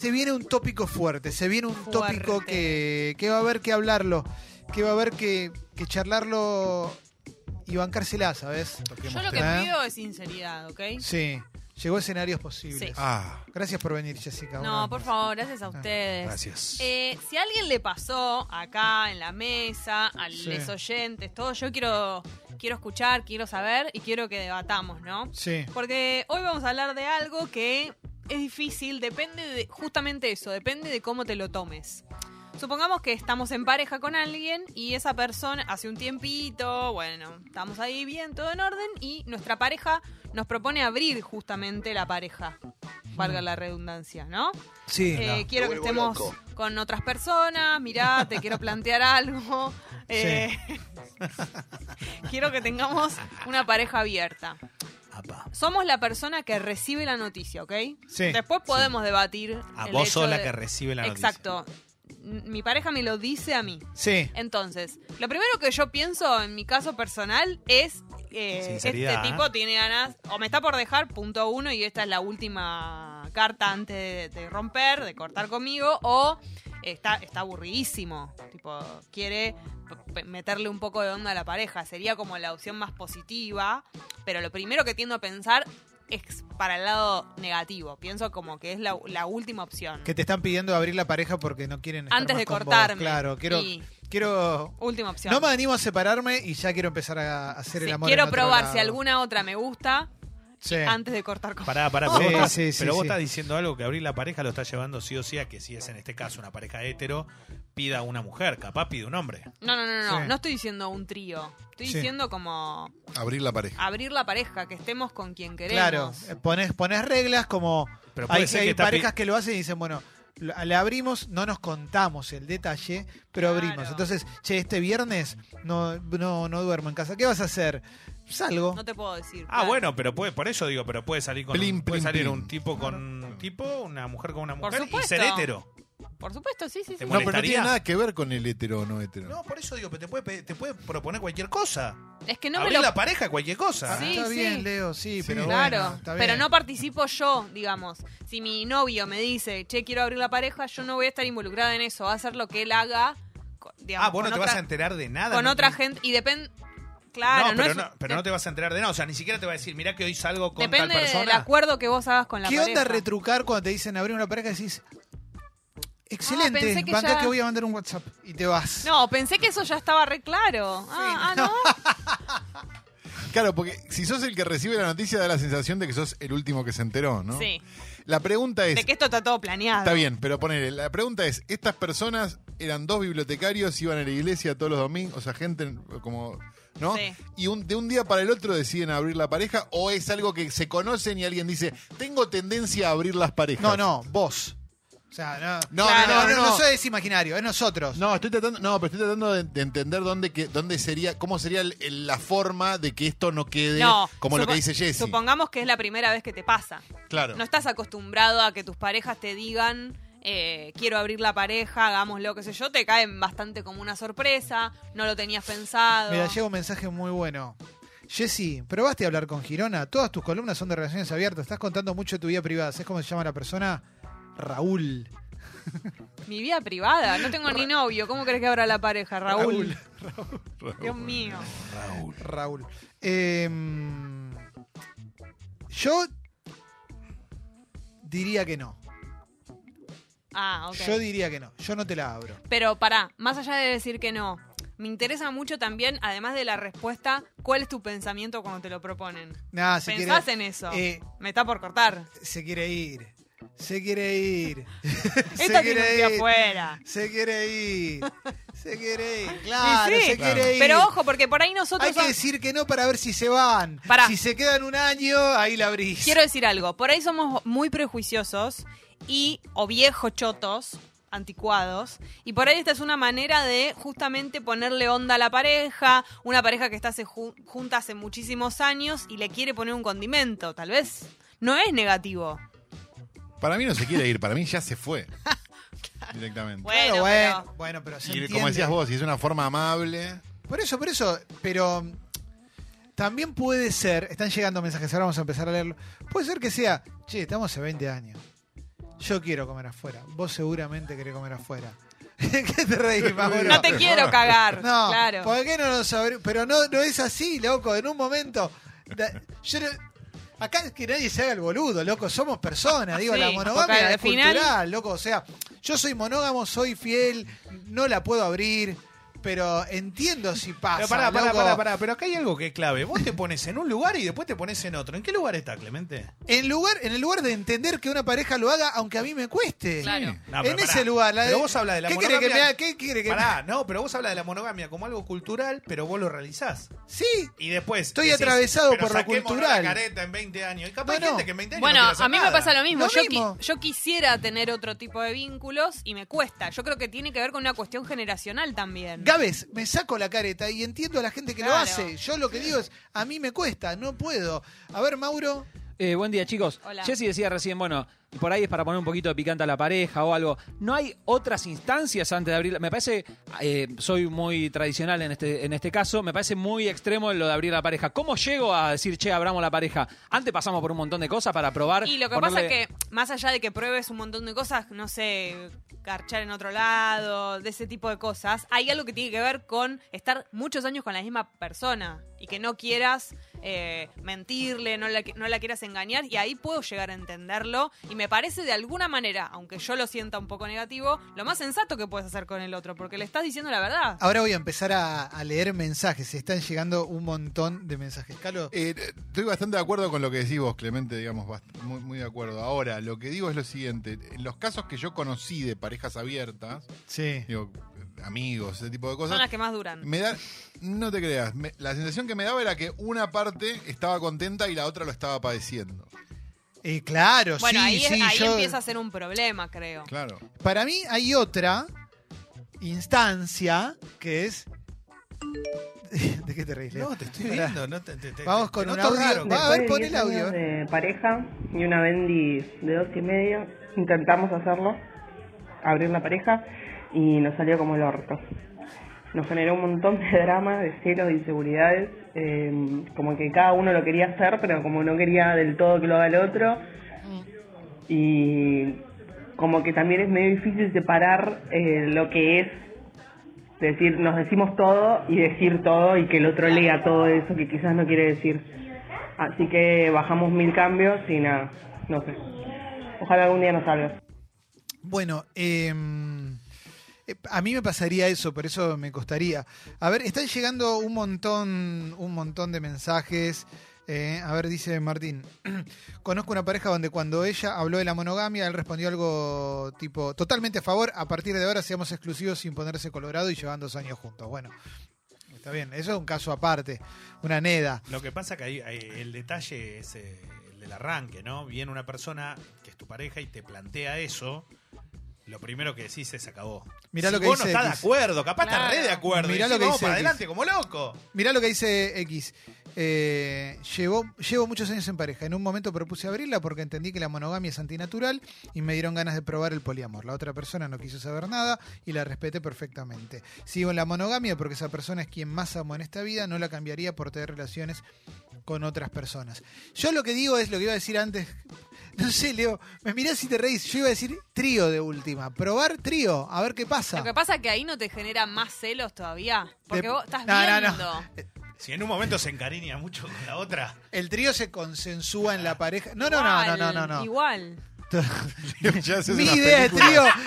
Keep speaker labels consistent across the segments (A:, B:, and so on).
A: Se viene un tópico fuerte, se viene un tópico
B: Fuerte.
A: que, que va a haber que hablarlo, que va a haber que, que charlarlo y bancársela, ¿sabes?
B: Yo lo que
A: ¿Eh?
B: pido es sinceridad, ¿ok?
A: Sí, llegó a escenarios posibles.
B: Sí.
C: Ah,
A: Gracias por venir, Jessica. una
B: No,
A: vez
B: por
A: más.
B: favor, gracias a ustedes.
C: gracias.
B: Eh, si a alguien le pasó acá en la mesa, a
A: Sí.
B: los oyentes, todo, yo quiero, quiero escuchar, quiero saber y quiero que debatamos, ¿no?
A: Sí,
B: Porque hoy vamos a hablar de algo que es difícil, depende de justamente eso, depende de cómo te lo tomes. Supongamos que estamos en pareja con alguien y esa persona hace un tiempito, bueno, estamos ahí bien, todo en orden y nuestra pareja nos propone abrir justamente la pareja, valga la redundancia, ¿no?
A: sí.
B: Eh,
A: no.
B: quiero que estemos con otras personas, mirá, te quiero plantear algo. eh, quiero que tengamos una pareja abierta. Somos la persona que recibe la noticia, ¿ok?
A: Sí,
B: Después podemos debatir. el
C: A Ah, vos
B: hecho
C: sos la
B: de-
C: que recibe la
B: Exacto. N- Mi pareja me lo dice a mí.
A: Sí,
B: Entonces, lo primero que yo pienso en mi caso personal es eh,
C: Sinceridad,
B: este
C: ¿eh?
B: tipo tiene ganas o me está por dejar punto uno y esta es la última carta antes de, de romper, de cortar conmigo o está está aburridísimo, tipo quiere p- p- meterle un poco de onda a la pareja, sería como la opción más positiva, pero lo primero que tiendo a pensar es para el lado negativo, pienso como que es la, la última opción.
A: que te están pidiendo abrir la pareja porque no quieren estar
B: Antes
A: más
B: de
A: con vos.
B: cortarme.
A: Claro, quiero,
B: Y-
A: quiero
B: Última opción.
A: No me animo a separarme y ya quiero empezar a hacer
B: Sí,
A: el amor.
B: quiero
A: en otro
B: probar si
A: lado.
B: alguna otra me gusta
A: Sí.
B: antes de cortar con
C: Pará, pará,
A: Sí,
C: pero, vos, estás,
A: sí, sí,
C: pero vos
A: sí.
C: estás diciendo algo que abrir la pareja lo está llevando sí o sí a que si es en este caso una pareja hetero, pida una mujer, capaz pide un hombre.
B: No, no, no, no.
A: Sí.
B: No estoy diciendo un trío. Estoy
A: Sí.
B: diciendo como
D: Abrir la pareja.
B: abrir la pareja, que estemos con quien
A: Claro,
B: queremos.
A: eh, pones, pones reglas como
C: Pero puede
A: hay,
C: ser
A: hay
C: que está
A: parejas
C: pi-
A: que lo hacen y dicen, bueno, lo- le abrimos, no nos contamos el detalle, pero
B: Claro.
A: abrimos. Entonces, che, este viernes no, no, no duermo en casa. ¿Qué vas a hacer? Salgo.
B: No te puedo decir.
C: Ah,
B: claro.
C: bueno, pero puede, por eso digo, pero puede salir con
D: Plin,
C: un, puede
D: plin,
C: salir
D: plin.
C: un tipo con un tipo, una mujer con una
B: Por
C: mujer y
B: supuesto.
C: ser hetero.
B: Por supuesto, sí, sí, sí.
C: Te
D: No, pero no
C: molestaría.
D: tiene nada que ver con el hetero o no hetero.
C: No, por eso digo, pero te puede, pe- te puede proponer cualquier cosa.
B: Es que no me
C: abrir
B: lo.
C: la pareja, cualquier cosa. Ah,
B: Sí,
A: Ah, está
B: sí.
A: bien, Leo, sí,
D: Sí.
A: pero
B: Claro,
A: bueno, está
B: pero
A: bien.
B: no participo yo, digamos. Si mi novio me dice, che, quiero abrir la pareja, yo no voy a estar involucrada en eso. Va a hacer lo que él haga. co- digamos,
C: Ah, vos no
B: con
C: te
B: otra-
C: vas a enterar de nada.
B: Con
C: no-
B: otra gente. Y depende. Claro,
C: no, pero,
B: es-
C: no, pero no te vas a enterar de nada. O sea, ni siquiera te va a decir, mirá que hoy salgo con
B: Depende
C: tal persona.
B: del acuerdo que vos hagas con la
A: ¿Qué
B: pareja.
A: onda retrucar cuando te dicen abrir una pareja y decís, excelente,
B: Ah, pensé que
A: bancá
B: ya-
A: que voy a mandar un WhatsApp y te vas?
B: No, pensé que eso ya estaba re claro. Ah, ah, no.
D: Claro, porque si sos el que recibe la noticia da la sensación de que sos el último que se enteró, ¿no?
B: Sí.
D: La pregunta es,
B: De que esto está todo planeado.
D: está bien, pero ponele, la pregunta es, estas personas eran dos bibliotecarios, iban a la iglesia todos los domingos, o sea, gente como, ¿no?
B: Sí.
D: Y un- de un día para el otro deciden abrir la pareja o es algo que se conocen y alguien dice, tengo tendencia a abrir las parejas.
A: No, no, vos. O sea, no.
D: No,
B: Claro.
D: no, no, no,
A: no, eso es imaginario, es nosotros.
D: No, estoy tratando, no, pero estoy tratando de, de entender dónde que, dónde sería, cómo sería el- el- la forma de que esto no quede
B: No,
D: como lo que
B: supo-
D: dice Jesse.
B: Supongamos que es la primera vez que te pasa.
D: Claro.
B: No estás acostumbrado a que tus parejas te digan, eh, quiero abrir la pareja, hagámoslo, qué sé yo. Te caen bastante como una sorpresa, no lo tenías pensado.
A: Mira, llega un mensaje muy bueno. Jessy, ¿probaste a hablar con Girona? Todas tus columnas son de relaciones abiertas. Estás contando mucho de tu vida privada. ¿Sabes cómo se llama la persona? Raúl.
B: Mi vida privada, no tengo ni novio. ¿Cómo crees que abra la pareja, Raúl? Dios mío.
C: Raúl.
A: Raúl. Eh, yo diría que no.
B: Ah, ok.
A: Yo diría que no. Yo no te la abro.
B: Pero pará, más allá de decir que no, me interesa mucho también, además de la respuesta, cuál es tu pensamiento cuando te lo proponen.
A: Nada, se
B: ¿Pensás
A: quiere,
B: en eso?
A: eh,
B: me está por cortar.
A: se quiere ir. Se quiere ir.
B: Esta tiene un pie afuera.
A: Se quiere ir. Se quiere ir. Claro,
B: Y sí,
A: se quiere ir.
B: Pero ojo, porque por ahí nosotros...
A: Hay que
B: somos-
A: decir que no para ver si se van.
B: Pará.
A: Si se quedan un año, ahí la brisa.
B: Quiero decir algo, por ahí somos muy prejuiciosos y o viejos chotos anticuados y por ahí esta es una manera de justamente ponerle onda a la pareja, una pareja que está hace ju- junta hace muchísimos años y le quiere poner un condimento, tal vez no es negativo.
D: Para mí no se quiere ir, para mí ya se fue. Directamente.
B: Bueno,
A: Claro, bueno,
B: pero-
A: bueno, pero se
D: y
A: entiende.
D: como decías vos, si es una forma amable.
A: Por eso, por eso, pero mm, también puede ser, están llegando mensajes, ahora vamos a empezar a leerlo. Puede ser que sea, che, estamos hace 20 años. Yo quiero comer afuera. Vos seguramente querés comer afuera. ¿Qué te reís, Mauro?
B: No te quiero cagar.
A: No,
B: claro.
A: ¿por qué no lo sabré? Pero no, no es así, loco. En un momento. da- yo no- acá es que nadie se haga el boludo, loco. Somos personas, digo,
B: Sí,
A: la
B: porque
A: monogamia
B: al
A: es
B: final-
A: cultural, loco. O sea, yo soy monógamo, soy fiel, no la puedo abrir, pero entiendo si pasa.
C: Pero pará, pará,
A: loco.
C: pará, pará, pero acá hay algo que es clave. Vos te pones en un lugar y después te pones en otro. ¿En qué lugar está, Clemente?
A: En, lugar, en el lugar de entender que una pareja lo haga, aunque a mí me cueste.
B: Claro.
C: No, pero
A: en
C: pará.
A: ese lugar. la-
C: Pero vos hablas de la
A: ¿Qué
C: monogamia.
A: quiere que me haga? ¿Qué quiere que me-
C: Pará, no, pero vos hablas de la monogamia como algo cultural, pero vos lo realizás.
A: Sí,
C: Y después.
A: Estoy atravesado
C: "Pero
A: por lo
C: saquémonos
A: cultural".
C: La careta en 20 años. Y capaz
A: No,
C: hay gente
A: no.
C: que en 20 años.
B: Bueno,
C: no quiere hacer
B: a mí me
C: nada.
B: pasa lo mismo.
A: Lo
B: yo,
A: mismo.
B: qui- yo quisiera tener otro tipo de vínculos y me cuesta. Yo creo que tiene que ver con una cuestión generacional también.
A: Gabes, me saco la careta y entiendo a la gente que lo
B: Claro.
A: hace. Yo lo que digo es, a mí me cuesta, no puedo. A ver, Mauro,
E: Eh, buen día, chicos.
B: Hola.
E: Jessy decía recién, bueno, y por ahí es para poner un poquito de picante a la pareja o algo. ¿No hay otras instancias antes de abrir? la- Me parece, eh, soy muy tradicional en este, en este caso, me parece muy extremo lo de abrir la pareja. ¿Cómo llego a decir, che, abramos la pareja? Antes pasamos por un montón de cosas para probar.
B: Y lo que pasa
E: ponerle-
B: es que, más allá de que pruebes un montón de cosas, no sé, carchar en otro lado, de ese tipo de cosas, hay algo que tiene que ver con estar muchos años con la misma persona y que no quieras eh, mentirle, no la, que- no la quieras engañar, y ahí puedo llegar a entenderlo. Y me parece de alguna manera, aunque yo lo sienta un poco negativo, lo más sensato que puedes hacer con el otro, porque le estás diciendo la verdad.
A: ahora voy a empezar a, a leer mensajes. Están llegando un montón de mensajes. Calo,
D: Eh, estoy bastante de acuerdo con lo que decís vos, Clemente, digamos, bast- muy, muy de acuerdo. Ahora, lo que digo es lo siguiente. En los casos que yo conocí de parejas abiertas,
A: sí.
D: digo, amigos, ese tipo de
B: Son las
D: cosas,
B: que más duran.
D: me da, no te creas, me- la sensación que me daba era que una parte estaba contenta y la otra lo estaba padeciendo.
A: Eh, claro,
B: Bueno,
A: sí,
B: ahí, es-
A: sí,
B: ahí
A: yo-
B: empieza a ser un problema, creo.
D: Claro.
A: Para mí hay otra instancia que es... ¿De qué te reís, Leo?
C: No, te estoy
A: Pará.
C: viendo. No te, te- te-
A: Vamos
C: te
A: con un
C: noto
A: audio.
C: raro.
A: Va. Ah, A ver, pon el
F: Después de 10
A: audio.
F: años de pareja y una bendy de dos y medio, intentamos hacerlo, abrir la pareja, y nos salió como el orto. Nos generó un montón de drama, de celos, de inseguridades, eh, como que cada uno lo quería hacer, pero como no quería del todo que lo haga el otro. Y como que también es medio difícil separar eh, lo que es decir, nos decimos todo y decir todo y que el otro lea todo eso que quizás no quiere decir. Así que bajamos mil cambios y nada, no sé. Ojalá algún día nos salga.
A: Bueno, eh, eh, a mí me pasaría eso, por eso me costaría. A ver, están llegando un montón, un montón de mensajes. Eh, a ver, dice Martín, conozco una pareja donde cuando ella habló de la monogamia, él respondió algo tipo, totalmente a favor, a partir de ahora seamos exclusivos sin ponerse colorado y llevan dos años juntos. Bueno, está bien, eso es un caso aparte, una neda.
C: Lo que pasa que ahí, ahí el detalle es eh, el del arranque, ¿no? Viene una persona que es tu pareja y te plantea eso. Lo primero que decís es acabó.
A: Mirá
C: Si
A: lo que
C: vos
A: dice
C: no estás
A: X.
C: de acuerdo, capaz estás
B: Claro.
C: re de acuerdo.
A: Mirá
C: y
A: lo
C: decís,
A: que
C: vamos
A: dice
C: para
A: X.
C: adelante como loco.
A: Mirá lo que dice X. Eh, llevó- llevo muchos años en pareja. En un momento propuse abrirla porque entendí que la monogamia es antinatural y me dieron ganas de probar el poliamor. La otra persona no quiso saber nada y la respeté perfectamente. Sigo en la monogamia porque esa persona es quien más amo en esta vida. No la cambiaría por tener relaciones con otras personas. Yo lo que digo es lo que iba a decir antes. No sé, Leo, me mirás si te reís. Yo iba a decir trío de última. Probar trío, a ver qué pasa.
B: Lo que pasa es que ahí no te genera más celos todavía. Porque
A: De-
B: vos estás
A: No, no, no.
B: viendo.
C: Si en un momento se encariña mucho con la otra.
A: El trío se consensúa en la pareja. No, no, no, no, no, no. no.
B: Igual.
D: Ya haces
A: Mi
D: una
A: idea de
D: película.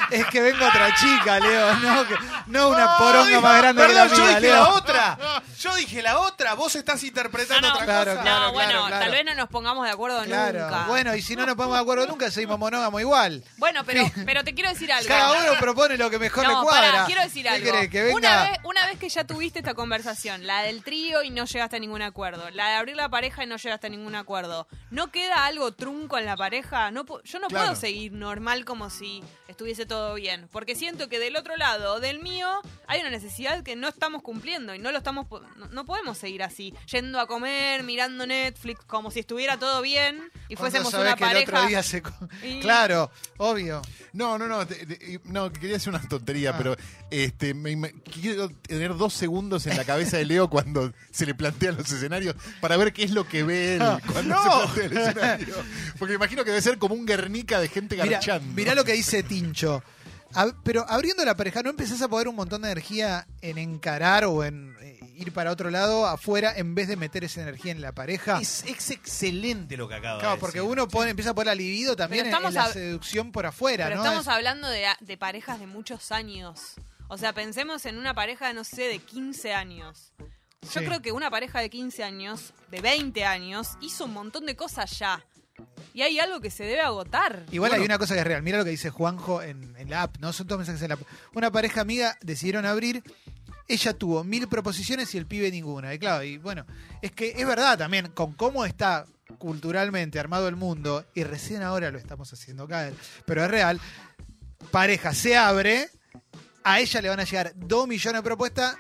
A: trío es que venga otra chica, Leo, no, que- no una poronga
C: Ay,
A: más grande
C: perdón,
A: que la mía,
C: yo dije la
A: Leo.
C: otra. Yo dije la otra. Vos estás interpretando
B: No, no,
C: otra
A: Claro,
C: cosa.
B: no,
A: claro,
B: bueno,
A: claro.
B: tal vez no nos pongamos de acuerdo nunca.
A: Claro. Bueno, y si no nos ponemos de acuerdo nunca, seguimos monógamos igual.
B: Bueno, pero, pero te quiero decir algo.
A: Cada uno propone lo que mejor le
B: no,
A: cuadra.
B: pará, quiero decir
A: ¿Qué
B: algo.
A: querés, que venga?
B: una, vez, una vez que ya tuviste esta conversación, la del trío y no llegaste a ningún acuerdo, la de abrir la pareja y no llegaste a ningún acuerdo, ¿no queda algo trunco en la pareja? No, pu- yo no
D: Claro.
B: puedo seguir normal como si estuviese todo bien, porque siento que del otro lado, o del mío, hay una necesidad que no estamos cumpliendo y no lo estamos po- no, no podemos seguir así, yendo a comer, mirando Netflix como si estuviera todo bien y
A: ¿Cuándo
B: fuésemos
A: sabés
B: una
A: que el
B: pareja.
A: otro día se co-
B: Y-
A: Claro, obvio.
D: No, no, no. te- te- no, quería hacer una tontería,
A: Ah.
D: pero este, me- me- quiero tener dos segundos en la cabeza de Leo cuando se le plantean los escenarios para ver qué es lo que ve él cuando
A: Ah, No.
D: se plantea el escenario. Porque imagino que debe ser como un guernica de gente
A: Mirá,
D: garchando.
A: mirá lo que dice Tincho. A- pero abriendo la pareja, ¿no empezás a poner un montón de energía en encarar o en eh, ir para otro lado afuera en vez de meter esa energía en la pareja?
C: Es, es excelente lo que acaba
A: Claro,
C: de
A: porque
C: decir.
A: uno pone, empieza a poner la libido también
B: Pero
A: en- en,
B: estamos hab-
A: la seducción por afuera,
B: Pero
A: ¿no?
B: estamos
A: Es-
B: hablando de, de parejas de muchos años. O sea, pensemos en una pareja, no sé, de 15 años. Yo
A: Sí.
B: creo que una pareja de 15 años, de 20 años, hizo un montón de cosas ya. Y hay algo que se debe agotar.
A: Igual hay una cosa que es real. Mira lo que dice Juanjo en, en la app, ¿no? Son todos mensajes en la app. Una pareja amiga decidieron abrir. Ella tuvo mil proposiciones y el pibe ninguna. Y claro, y bueno, es que es verdad también, con cómo está culturalmente armado el mundo, y recién ahora lo estamos haciendo caer, pero es real, pareja se abre, a ella le van a llegar dos millones de propuestas,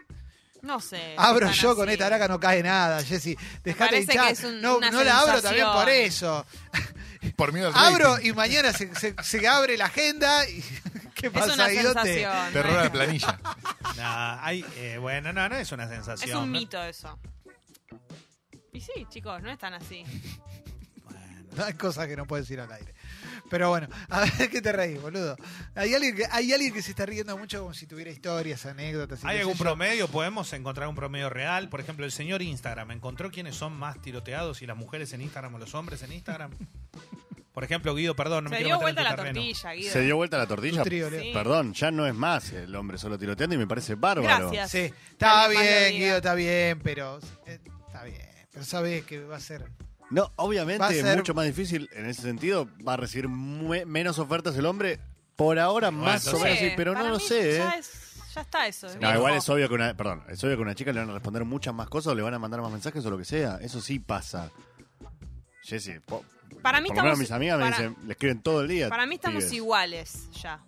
B: No sé.
A: abro
B: si
A: yo
B: están
A: con
B: así.
A: esta araca, no cae nada, Jessy. Dejate
B: parece
A: hinchar.
B: que es un-
A: no,
B: una
A: no la abro
B: sensación.
A: también por eso.
D: Por miedo al
A: Abro
D: rating.
A: y mañana se, se- se abre la agenda y ¿qué
B: Es
A: pasa,
B: una
A: idiote?
B: sensación.
D: Terror a la
B: ¿no?
D: planilla.
C: Nah, hay, eh, bueno, no, no es una sensación.
B: Es un
C: ¿no?
B: mito eso. Y sí, chicos, no están así.
C: Bueno,
A: No hay cosas que no puedes decir al aire. Pero bueno, a ver qué te reís, boludo. Hay alguien que, hay alguien que se está riendo mucho como si tuviera historias, anécdotas. y
C: ¿Hay
A: qué sé
C: algún
A: yo.
C: promedio? ¿Podemos encontrar un promedio real? Por ejemplo, el señor Instagram encontró quiénes son más tiroteados y las mujeres en Instagram o los hombres en Instagram. Por ejemplo, Guido, perdón, no me
B: Se
C: quiero
B: dio
C: meter en
B: vuelta
C: tu
B: la
C: terreno.
B: tortilla, Guido.
G: Se dio vuelta la
A: Tu
G: tortilla.
A: trío, Leo.
B: Sí.
G: Perdón, ya no es más el hombre solo tiroteando y me parece bárbaro.
B: Gracias.
A: Sí, está
B: Dale, Pablo,
A: bien,
B: diga.
A: Guido, está bien, pero eh, está bien. Pero sabés que va a ser.
G: No,
A: Va a
G: obviamente
A: ser-
G: es mucho más difícil en ese sentido. Va a recibir mu- menos ofertas el hombre. Por ahora más o
C: entonces-
G: menos, sí, pero no
B: para
G: lo
B: mí
G: sé.
B: Ya,
G: ¿eh?
B: es- ya está eso.
G: No,
B: viejo.
G: igual es obvio que una, perdón, es obvio que a una chica le van a responder muchas más cosas o le van a mandar más mensajes o lo que sea. Eso sí pasa. Jessy, po-
B: Para mí
G: por lo
B: estamos-
G: menos mis amigas
B: para-
G: me dicen, le escriben todo el día.
B: Para mí estamos
G: pibes.
B: iguales ya.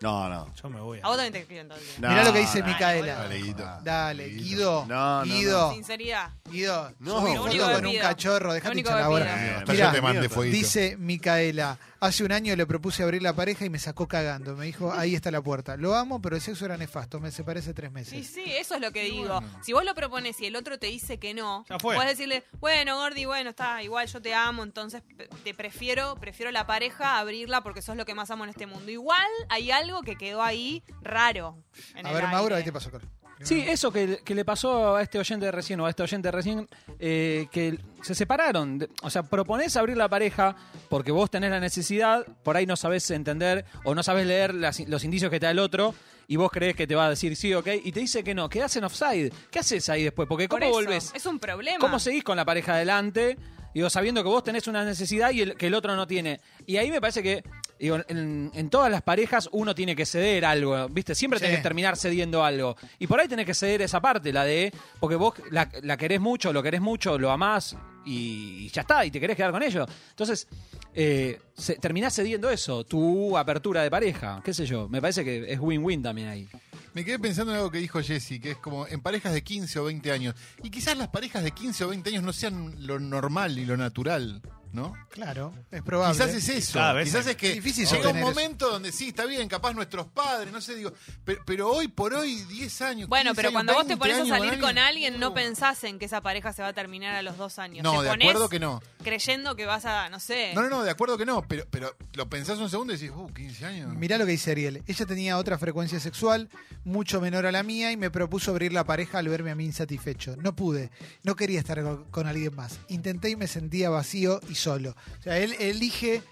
G: No, no.
C: Yo me voy.
B: A vos también te escriben todo el día.
G: No,
A: Mirá lo que dice
G: no.
A: Micaela.
D: Dale, Guido.
A: Dale, Guido.
G: No, no,
A: Guido.
B: Sinceridad.
A: Guido.
G: No.
A: subí
G: Lo
A: foto
G: único que
A: con un
B: pido.
A: cachorro,
B: Lo
A: dejate
B: único
A: hinchar
B: que
A: la bola.
B: pido.
D: Eh, hasta
A: Mirá,
D: yo te mandé fueguito.
A: Dice Micaela, hace un año le propuse abrir la pareja y me sacó cagando. Me dijo, ahí está la puerta. Lo amo, pero el sexo era nefasto. Me separé hace tres
B: Sí,
A: meses.
B: sí, eso es lo que digo. Si vos lo propones y el otro te dice que no,
C: Ya fue.
B: podés decirle, bueno, Gordi, bueno, está, igual yo te amo, entonces pe- te prefiero, prefiero la pareja, abrirla porque sos lo que más amo en este mundo. Igual hay algo que quedó ahí raro. en
A: A
B: el
A: ver, Mauro,
B: aire.
A: ahí te pasó con.
E: Sí, eso que, que le pasó a este oyente de recién o a este oyente de recién, eh, que se separaron. De- O sea, proponés abrir la pareja porque vos tenés la necesidad, por ahí no sabés entender o no sabés leer las- los indicios que te da el otro y vos crees que te va a decir sí, ok, y te dice que no, quedás en offside. ¿Qué haces ahí después? Porque
B: Por
E: ¿cómo
B: eso,
E: volvés?
B: Es un problema.
E: ¿Cómo seguís con la pareja adelante? Digo, sabiendo que vos tenés una necesidad y el, que el otro no tiene. Y ahí me parece que, digo, en, en todas las parejas uno tiene que ceder algo, ¿viste? Siempre
A: Sí.
E: tenés que terminar cediendo algo. Y por ahí tenés que ceder esa parte, la de, porque vos la, la querés mucho, lo querés mucho, lo amás y, y ya está, y te querés quedar con ellos. Entonces, eh, se- terminás cediendo eso, tu apertura de pareja, qué sé yo. Me parece que es win-win también ahí.
D: Me quedé pensando en algo que dijo Jesse, que es como en parejas de 15 o 20 años. Y quizás las parejas de 15 o 20 años no sean lo normal y lo natural, ¿no?
A: Claro, es probable.
D: Quizás es eso.
C: Cada vez
D: Quizás
C: es
D: es que
A: difícil
D: llega un
A: sostener eso.
D: momento donde sí, está bien, capaz nuestros padres, no sé, digo, pero, pero hoy por hoy, 10 años.
B: Bueno,
D: 15
B: pero
D: años,
B: cuando vos te
D: 20
B: pones a
D: años
B: salir con alguien, no
D: uh,
B: pensás en que esa pareja se va a terminar a los dos años.
D: No,
B: te
D: de
B: ponés
D: acuerdo que no.
B: creyendo que vas a, no sé.
D: No, no, no, de acuerdo que no, pero, pero lo pensás un segundo y decís, uh, 15 años.
A: Mirá lo que dice Ariel. Ella tenía otra frecuencia sexual, mucho menor a la mía, y me propuso abrir la pareja al verme a mí insatisfecho. No pude. No quería estar con, con alguien más. Intenté y me sentía vacío y solo. O sea, él elige.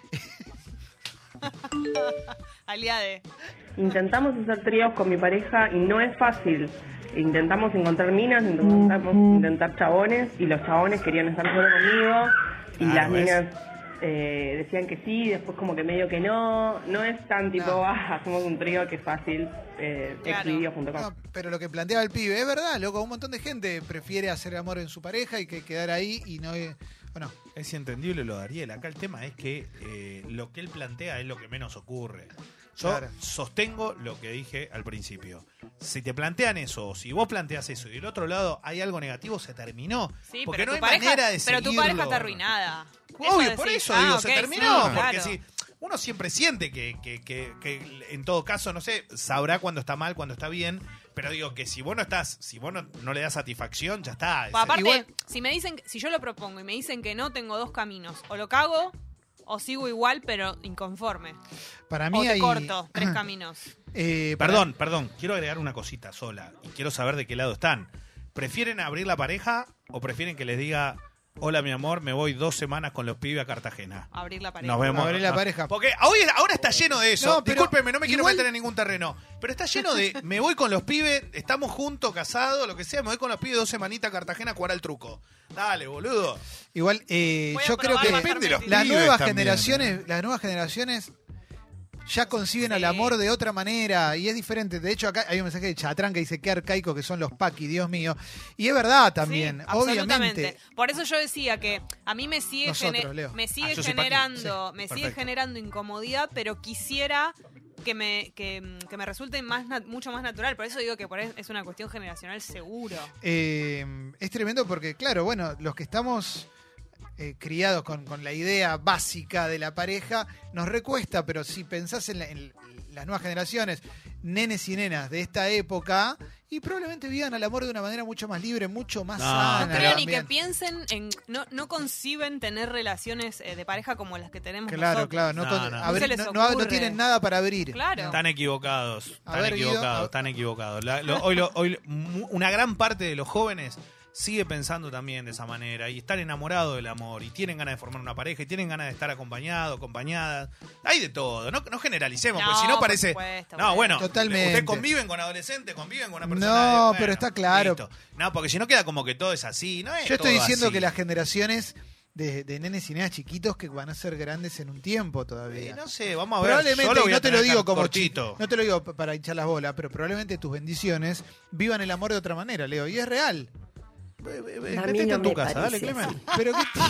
B: Aliade.
F: Intentamos hacer tríos con mi pareja y no es fácil. Intentamos encontrar minas, intentamos intentar chabones y los chabones querían estar solo conmigo y
C: Claro,
F: las
C: ¿ves?
F: minas eh, decían que sí, después como que medio que no. No es tan tipo,
A: No.
F: ah, hacemos un trío que es fácil, eh,
B: Claro.
F: exvideos.com.
A: No, pero lo que planteaba el pibe es verdad, loco. Un montón de gente prefiere hacer amor en su pareja y que quedar ahí y no. eh, o no.
C: Es entendible lo de Ariel. Acá el tema es que eh, lo que él plantea es lo que menos ocurre. Yo
A: Claro.
C: sostengo lo que dije al principio. Si te plantean eso, o si vos planteas eso y del otro lado hay algo negativo, se terminó.
B: Sí,
C: Porque
B: pero
C: no
B: tu
C: hay
B: pareja,
C: manera de
B: Pero tu
C: seguirlo.
B: pareja está arruinada.
C: Obvio,
B: decís,
C: por eso
B: ah,
C: digo,
B: ok,
C: se
B: sí,
C: terminó. porque
B: claro.
C: si uno siempre siente que, que- que- que en todo caso, no sé, sabrá cuando está mal, cuando está bien. Pero digo que si vos no estás, si vos no, no le das satisfacción, ya está.
B: Pues aparte,
A: Igual-
B: si me dicen, si yo lo propongo y me dicen que no, tengo dos caminos. O lo cago, o sigo igual, pero inconforme.
A: Para
B: O
A: mí
B: te
A: hay.
B: corto, tres caminos.
A: Eh, para-
C: Perdón, perdón, quiero agregar una cosita sola y quiero saber de qué lado están. ¿Prefieren abrir la pareja o prefieren que les diga, hola mi amor, me voy dos semanas con los pibes a Cartagena?
B: Abrir la pareja.
C: Nos vemos.
A: Abrir la
C: No.
A: pareja.
C: Porque hoy, ahora está lleno de eso.
A: No, pero
C: Discúlpeme, no me quiero
A: igual-
C: meter en ningún terreno. Pero está lleno de, me voy con los pibes, estamos juntos, casados, lo que sea, me voy con los pibes dos semanitas a Cartagena a jugar al truco. Dale, boludo.
A: Igual, eh,
B: Voy a
A: yo creo
B: probar
A: que.
B: más
D: Depende de los
B: Las
A: las
D: pibes
A: nuevas
D: también,
A: generaciones las nuevas generaciones ya conciben al
B: Sí.
A: amor de otra manera y es diferente. De hecho, acá hay un mensaje de Chatrán que dice qué arcaico que son los paqui, Dios mío. Y es verdad también,
B: Sí,
A: obviamente.
B: absolutamente. Por eso yo decía que a mí me sigue,
A: Nosotros,
B: gene-
A: Leo.
B: me sigue
C: Ah, yo soy Paqui.
B: generando,
C: Sí,
B: me sigue
C: perfecto.
B: generando incomodidad, pero quisiera que me, que, mm, que me resulte más nat- mucho más natural. Por eso digo que por ahí es una cuestión generacional seguro.
A: Eh, es tremendo porque, claro, bueno, los que estamos eh, criados con, con la idea básica de la pareja, nos recuesta, pero si pensás en, la- en las nuevas generaciones, nenes y nenas de esta época, y probablemente vivan al amor de una manera mucho más libre, mucho más
C: No,
A: sana.
B: No creo ni que
A: también.
B: piensen en, no, no conciben tener relaciones eh, de pareja como las que tenemos
A: Claro,
B: nosotros.
A: claro. No,
C: No,
A: con-
C: no.
A: abrir-
B: No se les
A: no- no- no
B: ocurre.
A: tienen nada para abrir.
B: Claro.
A: No.
C: Están equivocados,
A: A
C: están
A: ver, Guido,
C: equivocados,
A: a-
C: están equivocados. La- lo- hoy, lo- hoy lo- mu- una gran parte de los jóvenes sigue pensando también de esa manera y están enamorados del amor y tienen ganas de formar una pareja y tienen ganas de estar acompañados, acompañadas. Hay de todo, no, no generalicemos, porque
B: No,
C: si no
B: por
C: parece...
B: supuesto,
C: no, bueno,
B: bueno.
A: Totalmente.
C: ustedes conviven con adolescentes, conviven con una persona...
A: No,
C: de- bueno,
A: pero está claro.
C: listo. No, porque si no queda como que todo es así, ¿no? Es
A: Yo estoy
C: todo
A: diciendo
C: así.
A: que las generaciones de, de nenes y nenas chiquitos que van a ser grandes en un tiempo
C: Eh,
A: todavía.
C: no sé, vamos a ver. yo
A: probablemente,
C: lo
A: y
C: voy a
A: no te
C: tener
A: lo digo
C: acá
A: como
C: cortito.
A: chi- no te lo digo pa- para hinchar las bolas, pero probablemente tus bendiciones vivan el amor de otra manera, Leo, y es real.
C: Ve- ve- ve-
H: A mí
C: metete
H: no
C: en tu
H: me
C: casa, dale,
H: parece
C: Clemen.
A: Pero qué t-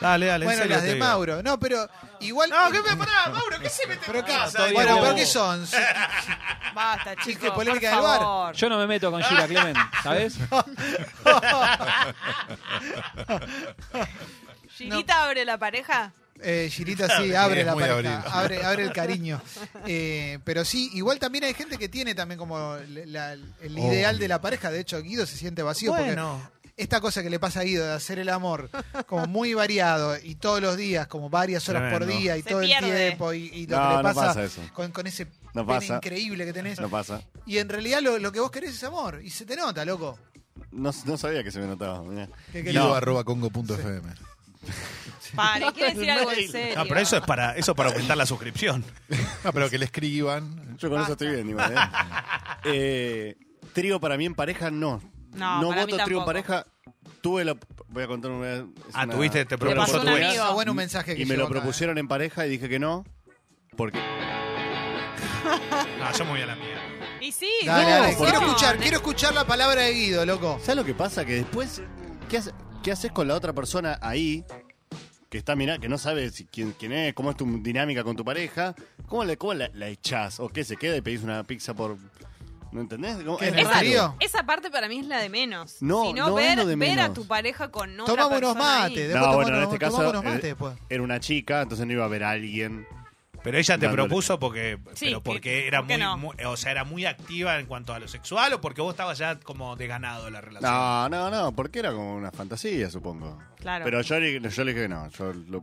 C: Dale, dale, en
A: bueno,
C: serio
A: las
C: te
A: de
C: digo.
A: Mauro. No, pero igual
C: No, que me pará, Mauro, ¿qué se mete en
A: pero
C: tu
A: qué,
C: casa?
A: bueno,
C: Diego?
A: pero qué son? Sí,
B: Basta,
A: Sí,
B: chicos.
A: que polémica
B: por
A: del bar.
B: favor.
E: Yo no me meto con Gira Clement, ¿sabes?
B: Girita abre la pareja.
A: Eh, Girita sí,
D: Sí,
A: abre
D: es
A: la
D: muy
A: pareja,
D: abrir.
A: abre, abre el cariño. Eh, pero sí, igual también hay gente que tiene también como la- el
D: Oh.
A: ideal de la pareja. De hecho, Guido se siente vacío
C: Bueno.
A: porque esta cosa que le pasa a Guido de hacer el amor como muy variado y todos los días, como varias horas por
C: Tremendo.
A: día y
B: Se
A: todo el
B: pierde.
A: tiempo y, y lo
G: No,
A: que le
G: no
A: pasa,
G: pasa eso.
A: Con, con ese
G: No
A: pene
G: pasa.
A: increíble que tenés.
G: No pasa.
A: Y en realidad lo, lo que vos querés es amor y se te nota, loco.
G: No, no sabía que se me notaba. mirá.
A: Que- que
D: Guido
A: lo-
D: arroba congo.fm.
B: Pare, quiere decir algo en serio.
C: No, pero eso es para, eso es para aumentar la suscripción.
D: No, pero que le escriban.
G: Yo con eso estoy bien, igual. ¿eh? Eh, trío para mí en pareja, no.
B: No, para mí
G: voto trío
B: tampoco.
G: en pareja. Tuve la. Voy a contar una. es
C: Ah,
G: una-
C: tuviste, te
G: tuve la
B: propuso tu
G: oportunidad.
B: ex. Ah,
A: bueno, un mensaje que
G: Y me
A: llegó
G: lo
A: acá,
G: propusieron en pareja y dije que no. Porque.
C: No, yo me voy a la mía.
B: Y sí,
A: Dale,
G: No,
A: dale,
G: ¿por
A: quiero
G: qué?
A: escuchar, quiero escuchar la palabra de Guido, loco.
G: ¿Sabes lo que pasa? Que después, ¿qué, hace- qué haces con la otra persona ahí? Que está mirá, que no sabe si- quién, quién es, cómo es tu dinámica con tu pareja. ¿Cómo, le, cómo la, la echás? ¿O qué se queda y pedís una pizza por. ¿No entendés? Como-
A: ¿Qué, en
G: raro.
A: serio?
B: Esa parte para mí es la de menos.
G: No,
B: Sino
G: no
B: ver,
G: es lo de
B: ver a
G: menos.
B: tu pareja con otra
A: Tomamos unos
B: persona ahí.
A: mates, después
G: No, bueno,
A: tomamos,
G: en este
A: tomamos
G: caso.
A: unos mates
G: eh,
A: después.
G: Era una chica, entonces no iba a ver a alguien.
C: Pero ella te
G: Dándole.
C: propuso porque,
B: Sí,
C: pero porque
B: que-
C: era
B: ¿por qué
C: muy,
B: no?
C: muy- o sea, era muy activa en cuanto a lo sexual o porque vos estabas ya como desganado de la relación.
G: No, no, no, porque era como una fantasía, supongo.
B: Claro.
G: Pero yo, le- yo le dije que no. Yo lo-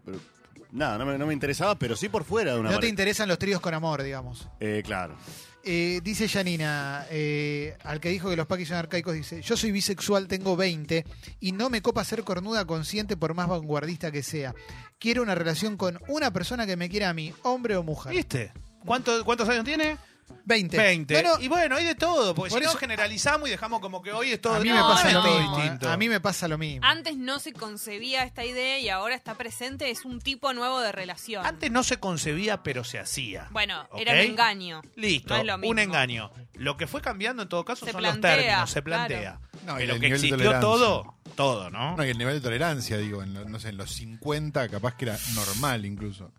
G: nada, no me, no me interesaba, pero sí por fuera de una
A: No te
G: pareja.
A: interesan los tríos con amor, digamos.
G: Eh, claro.
A: Eh, dice Janina, eh, al que dijo que los paquis son arcaicos, dice, yo soy bisexual, tengo 20 y no me copa ser cornuda consciente por más vanguardista que sea. Quiero una relación con una persona que me quiera a mí, hombre o mujer.
C: ¿Viste? ¿Cuánto- ¿Cuántos años tiene?
A: 20.
C: 20.
A: Bueno,
C: y bueno, hay de todo, porque
A: Por
C: si
A: eso-
C: no generalizamos y dejamos como que hoy es todo
A: a mí
C: no,
A: me pasa
C: es
A: lo
C: todo
A: mismo. eh.
C: distinto.
A: A mí me pasa lo mismo.
B: Antes no se concebía esta idea y ahora está presente. Es un tipo nuevo de relación.
C: Antes no se concebía, pero se hacía.
B: bueno,
C: ¿Ok?
B: era un engaño.
C: Listo,
B: No es lo
C: un
B: mismo.
C: engaño. Lo que fue cambiando en todo caso
B: Se
C: son
B: plantea,
C: los términos, se plantea.
B: claro.
D: No, y
C: pero
D: el
C: que
D: nivel de
C: existió
D: tolerancia.
C: todo, todo, ¿no?
D: No, y el nivel de tolerancia, digo, en, lo- no sé, en los 50 capaz que era normal incluso.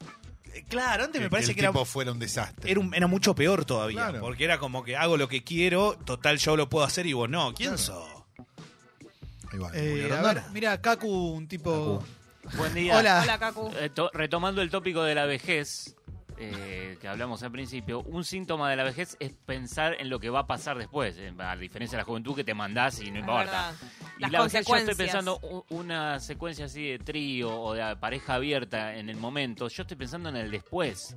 C: eh, claro, antes me parece
D: el
C: que era,
D: tipo fuera un desastre.
C: era, un- era mucho peor todavía.
D: Claro.
C: Porque era como que hago lo que quiero, total yo lo puedo hacer y vos no. ¿Quién sos?
D: Ahí va,
A: Eh,
D: Julio
A: a
D: Rondón.
A: ver, mira, Kaku, un tipo.
H: Buen día.
A: Hola.
B: Hola, Cacu.
H: Eh, to- retomando el tópico de la vejez, eh, que hablamos al principio, un síntoma de la vejez es pensar en lo que va a pasar después, eh, a diferencia de la juventud que te mandás y no
B: Es
H: importa.
B: verdad.
H: Y
B: Las
H: la vejez yo estoy
B: consecuencias.
H: pensando u- una secuencia así de trío o de pareja abierta en el momento, yo estoy pensando en el después.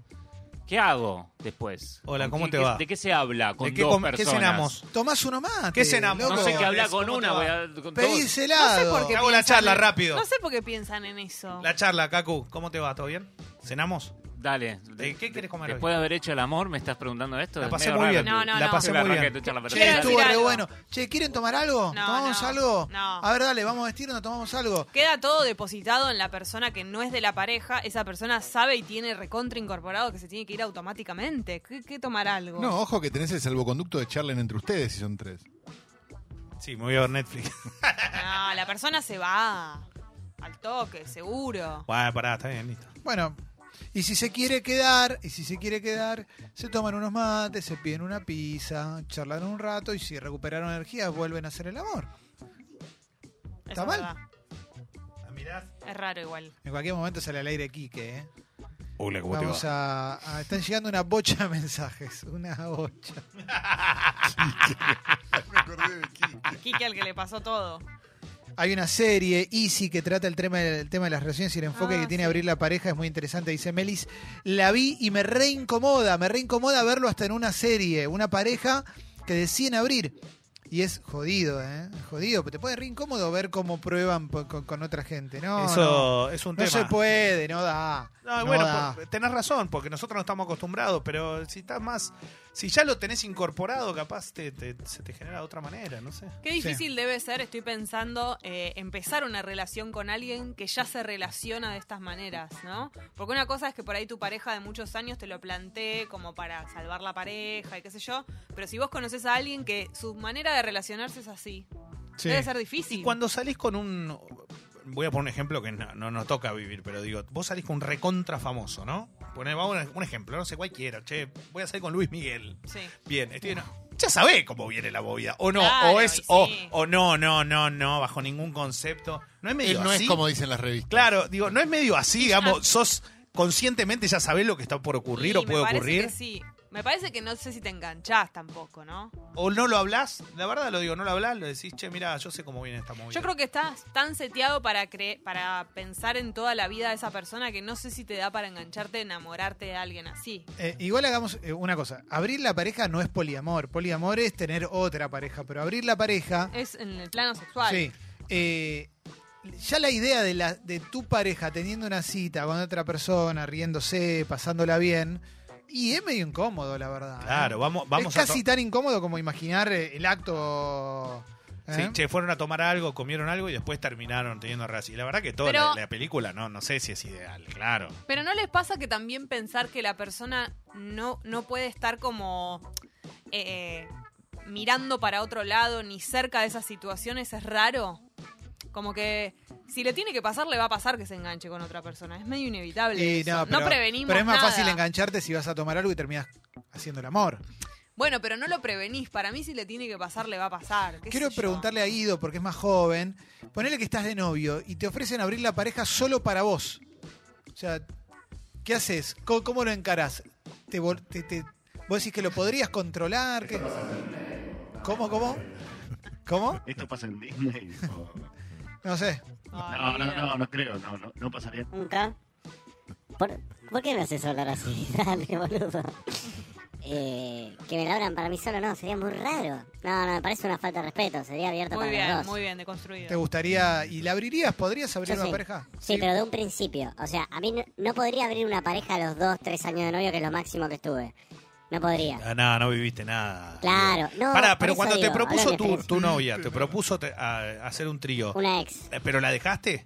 H: ¿Qué hago después?
C: Hola,
H: ¿Con
C: ¿cómo
H: quién-
C: te
H: qué-
C: va?
H: ¿De qué se habla con
C: ¿De qué,
H: dos
C: com- qué
H: personas?
C: cenamos?
A: Tomás uno más.
C: ¿Qué cenamos?
H: No sé qué hablar con
C: ¿Cómo te
H: una,
C: va?
H: voy a- con dos.
A: Pedís
B: No sé
A: helado.
B: por qué
C: Te hago la
B: piensan
C: charla
B: en-
C: rápido.
B: No sé por qué piensan en eso.
C: La charla, Kaku, ¿cómo te va? ¿Todo bien? ¿Cenamos?
H: Dale.
C: ¿De qué querés comer hoy?
H: Después de haber hecho el amor, ¿me estás preguntando esto?
C: La
H: Es
C: pasé
H: medio
C: muy
H: raro.
C: bien.
B: No, no,
C: la
B: no.
C: pasé
H: Pero
C: muy
H: arranca
C: bien.
H: tu charla, pero
A: Che,
B: Quiero
H: dale.
A: estuvo
B: decir
A: re
B: algo.
A: bueno. Che, ¿quieren tomar algo?
B: No,
A: ¿Tomamos
B: no,
A: algo?
B: no.
A: A ver, dale, vamos a vestirnos, tomamos algo.
B: Queda todo depositado en la persona que no es de la pareja. Esa persona sabe y tiene recontra incorporado que se tiene que ir automáticamente. ¿Qué, qué tomar algo?
D: No, ojo que tenés el salvoconducto de charlen entre ustedes si son tres.
C: Sí, me voy a ver Netflix.
B: No, la persona se va. Al toque, seguro.
C: bueno, pará, está bien, listo.
A: Bueno, y si se quiere quedar, y si se quiere quedar, se toman unos mates, se piden una pizza, charlan un rato y si recuperaron energía vuelven a hacer el amor.
B: Eso es
A: mal?
B: verdad. Es raro igual.
A: En cualquier momento sale al aire Quique, ¿eh?
C: Hola,
A: Vamos a, a- Están llegando una bocha de mensajes. Una bocha.
C: Ah,
B: Quique al que le pasó todo.
A: Hay una serie, Easy, que trata el tema, el tema de las relaciones y el enfoque
B: Ah,
A: que tiene
B: sí.
A: abrir la pareja. Es muy interesante, dice Melis. La vi y me reincomoda. Me reincomoda verlo hasta en una serie. Una pareja que deciden abrir. Y es jodido, ¿eh? Es Jodido. Te puede reincómodo ver cómo prueban po- con, con otra gente. No, no.
C: Eso es un
A: No
C: tema.
A: se puede, no da.
C: No,
A: no
C: Ah, bueno,
A: da.
C: por- tenés razón, porque nosotros no estamos acostumbrados, pero si estás más. Si ya lo tenés incorporado, capaz te- te- se te genera de otra manera, no sé.
B: Qué difícil debe ser, estoy pensando, eh, empezar una relación con alguien que ya se relaciona de estas maneras, ¿no? Porque una cosa es que por ahí tu pareja de muchos años te lo plantee como para salvar la pareja y qué sé yo, pero si vos conoces a alguien que su manera de relacionarse es así, debe ser difícil.
C: Y cuando salís con un. Voy a poner un ejemplo que no, no nos toca vivir, pero digo, vos salís con un recontra famoso, ¿no? Poné, vamos a un ejemplo, no sé cualquiera, che, voy a salir con Luis Miguel.
B: Sí.
C: Bien, estoy en- Ya sabés cómo viene la movida. O no,
B: Claro,
C: o es,
B: y
C: o,
B: sí.
C: o no, no, no, no, bajo ningún concepto. No es medio
D: Él no
C: así.
D: es como dicen las revistas.
C: Claro, digo, no es medio así, digamos,
B: Ah.
C: sos conscientemente ya sabés lo que está por ocurrir
B: Y
C: o puede
B: me parece
C: ocurrir.
B: que sí. Me parece que no sé si te enganchás tampoco, ¿no?
C: O no lo hablás, la verdad lo digo, no lo hablás, lo decís, che, mira, yo sé cómo viene esta movida.
B: Yo creo que estás tan seteado para cre- para pensar en toda la vida de esa persona que no sé si te da para engancharte, enamorarte de alguien así.
A: Eh, igual hagamos eh, una cosa. Abrir la pareja no es poliamor. Poliamor es tener otra pareja. Pero abrir la pareja.
B: Es en el plano sexual.
A: Sí. Eh, ya la idea de, la, de tu pareja teniendo una cita con otra persona, riéndose, pasándola bien. Y es medio incómodo, la verdad. ¿eh?
C: Claro, vamos, vamos
A: es
C: a to-
A: casi tan incómodo como imaginar eh, el acto. ¿eh?
C: Sí, che, fueron a tomar algo, comieron algo y después terminaron teniendo relación. Y la verdad que toda
B: Pero-
C: la, la película, no, no sé si es ideal, claro.
B: Pero ¿no les pasa que también pensar que la persona no, no puede estar como eh, mirando para otro lado ni cerca de esas situaciones es raro? Como que si le tiene que pasar, le va a pasar que se enganche con otra persona. Es medio inevitable.
A: Y
B: eso.
A: no, pero,
B: prevenimos.
A: Pero es más
B: nada.
A: fácil engancharte si vas a tomar algo y terminas haciendo el amor.
B: Bueno, pero no lo prevenís. Para mí, si le tiene que pasar, le va a pasar. ¿Qué
A: Quiero
B: sé yo?
A: preguntarle a Guido, porque es más joven. Ponele que estás de novio y te ofrecen abrir la pareja solo para vos. O sea, ¿qué haces? ¿Cómo, cómo lo encarás? ¿Te, vol- te- te- ¿Vos decís que lo podrías controlar? ¿Qué- ¿Cómo, cómo? ¿Cómo?
G: Esto pasa en Disney.
A: No sé.
B: Ay,
G: No, no,
B: mira.
G: no, no creo, no, no, no pasaría.
I: Nunca. ¿Por, por qué me haces hablar así? Dale, boludo. Eh, que me la abran para mí solo no, sería muy raro. No, no, me parece una falta de respeto, sería abierta
B: Muy
I: para
B: bien,
I: los dos.
B: muy bien,
A: ¿Te
B: deconstruido.
A: gustaría? ¿Y la abrirías? ¿Podrías abrir
I: Yo
A: una
I: sí.
A: pareja?
I: Sí, pero de un principio. O sea, a mí no, no podría abrir una pareja a los dos, tres años de novio, que es lo máximo que estuve. No podría.
C: Ah, no, no viviste nada.
I: Claro, no.
C: Pará,
I: por
C: pero
I: eso
C: cuando te
I: digo, hablo
C: propuso
I: de
C: tu,
I: experiencia.
C: tu novia, te propuso te- a- hacer un trío,
I: Una ex,
C: eh, ¿pero la dejaste?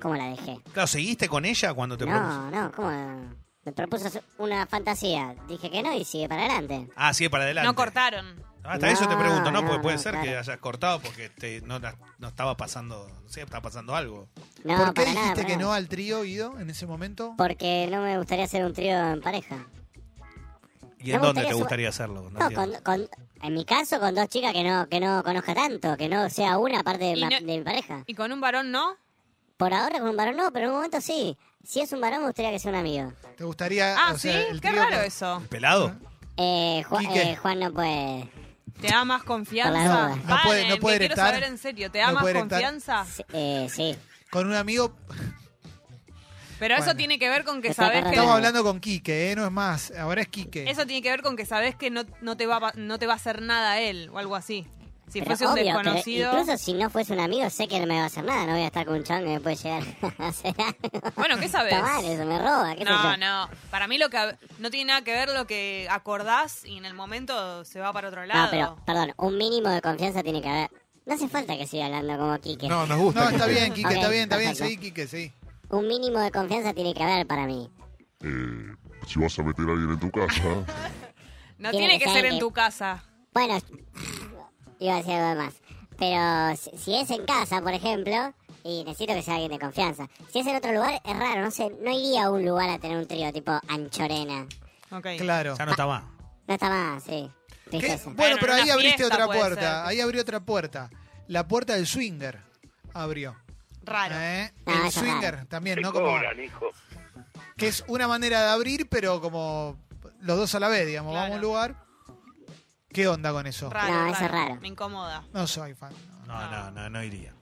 I: ¿cómo la dejé?
C: Claro, ¿seguiste con ella cuando te
I: No,
C: propuso?
I: no, ¿cómo? Me propuso una fantasía. Dije que no y sigue para adelante.
C: Ah, sí, para adelante.
B: No cortaron.
C: Hasta eso te
I: No,
C: pregunto, ¿no?
I: no,
C: Porque puede
I: no,
C: ser que
I: claro.
C: hayas cortado porque te- no, la- no estaba pasando, no sé, estaba pasando algo.
I: No,
A: ¿Por qué
I: para nada,
A: dijiste
I: para
A: que
I: nada.
A: no al trío, Guido, en ese momento?
I: Porque no me gustaría hacer un trío en pareja.
C: ¿Y
I: No
C: en
I: me
C: dónde te gustaría
I: gustaría
C: hacerlo? No
I: No,
C: entiendo.
I: con, con- en mi caso con dos chicas que no que no conozca tanto, que no sea una aparte de,
B: Y
I: ma-
B: no-
I: de mi pareja.
B: ¿Y con un varón no?
I: Por ahora con un varón no, pero en un momento sí. Si es un varón me gustaría que sea un amigo.
A: ¿Te gustaría
B: Ah,
A: o
B: ¿sí?
A: sea, el
B: Qué
A: trío
B: raro
A: con-
B: eso.
C: ¿El pelado?
I: Eh, Ju-
A: Quique.
I: eh, Juan no puede.
B: ¿Te da más
I: Para
B: confianza?
I: la duda.
A: No puede- no
B: Paren,
A: puede
B: que quiero
A: erectar.
B: saber en serio. ¿Te da
A: No
B: más
A: puede erectar.
B: confianza?
I: Sí, eh, sí.
A: Con un amigo.
B: Pero eso
A: Bueno.
B: tiene que ver con que
I: Está
B: sabes que...
I: agarrado.
A: Estamos hablando con Quique, ¿eh? No es más. Ahora es Quique.
B: Eso tiene que ver con que sabes que no, no, te va, a pa- no te va a hacer nada él o algo así. Si
I: Pero
B: fuese un
I: obvio, pero
B: desconocido...
I: incluso si no fuese un amigo, sé que no me va a hacer nada. No voy a estar con un chabón que me puede llegar a hacer algo.
B: Bueno, ¿qué sabes?
I: Está mal, eso me roba. ¿qué sé yo.
B: No, no. Para mí lo que no tiene nada que ver lo que acordás y en el momento se va para otro lado.
I: No, pero, perdón, un mínimo de confianza tiene que haber. No hace falta que siga hablando como Quique.
D: No, nos gusta.
A: No, está
D: Quique.
A: bien, Quique, está
I: Ok,
A: bien, está bien.
I: perfecto.
A: Sí, Quique, sí.
I: Un mínimo de confianza tiene que haber para mí.
J: Eh, si vas a meter a alguien en tu casa,
B: no
I: tiene
B: tiene
I: que
B: que
I: ser
B: ser en
I: que-
B: tu casa.
I: Bueno, iba a decir algo más. Pero si, si es en casa, por ejemplo, y necesito que sea alguien de confianza. Si es en otro lugar, es raro, no sé, no iría a un lugar a tener un trío tipo Anchorena.
B: Ok.
A: Claro.
C: Ya no está más.
I: No está más, sí.
A: ¿Qué?
I: Tristeza.
A: Bueno,
B: Bueno,
A: pero
B: en
A: ahí
B: una
A: abriste
B: fiesta
A: otra
B: puede
A: puerta.
B: ser.
A: Ahí abrió otra puerta. La puerta del swinger abrió.
B: Raro.
A: ¿Eh?
I: No,
A: El
I: eso es
A: swinger
I: raro.
A: también, ¿no? Como, que es una manera de abrir, pero como los dos a la vez, digamos.
B: Claro.
A: Vamos a un lugar. ¿Qué onda con eso?
B: Raro,
I: No, eso es raro.
B: Me incomoda.
A: No soy fan. no.
C: No, no, no, no iría.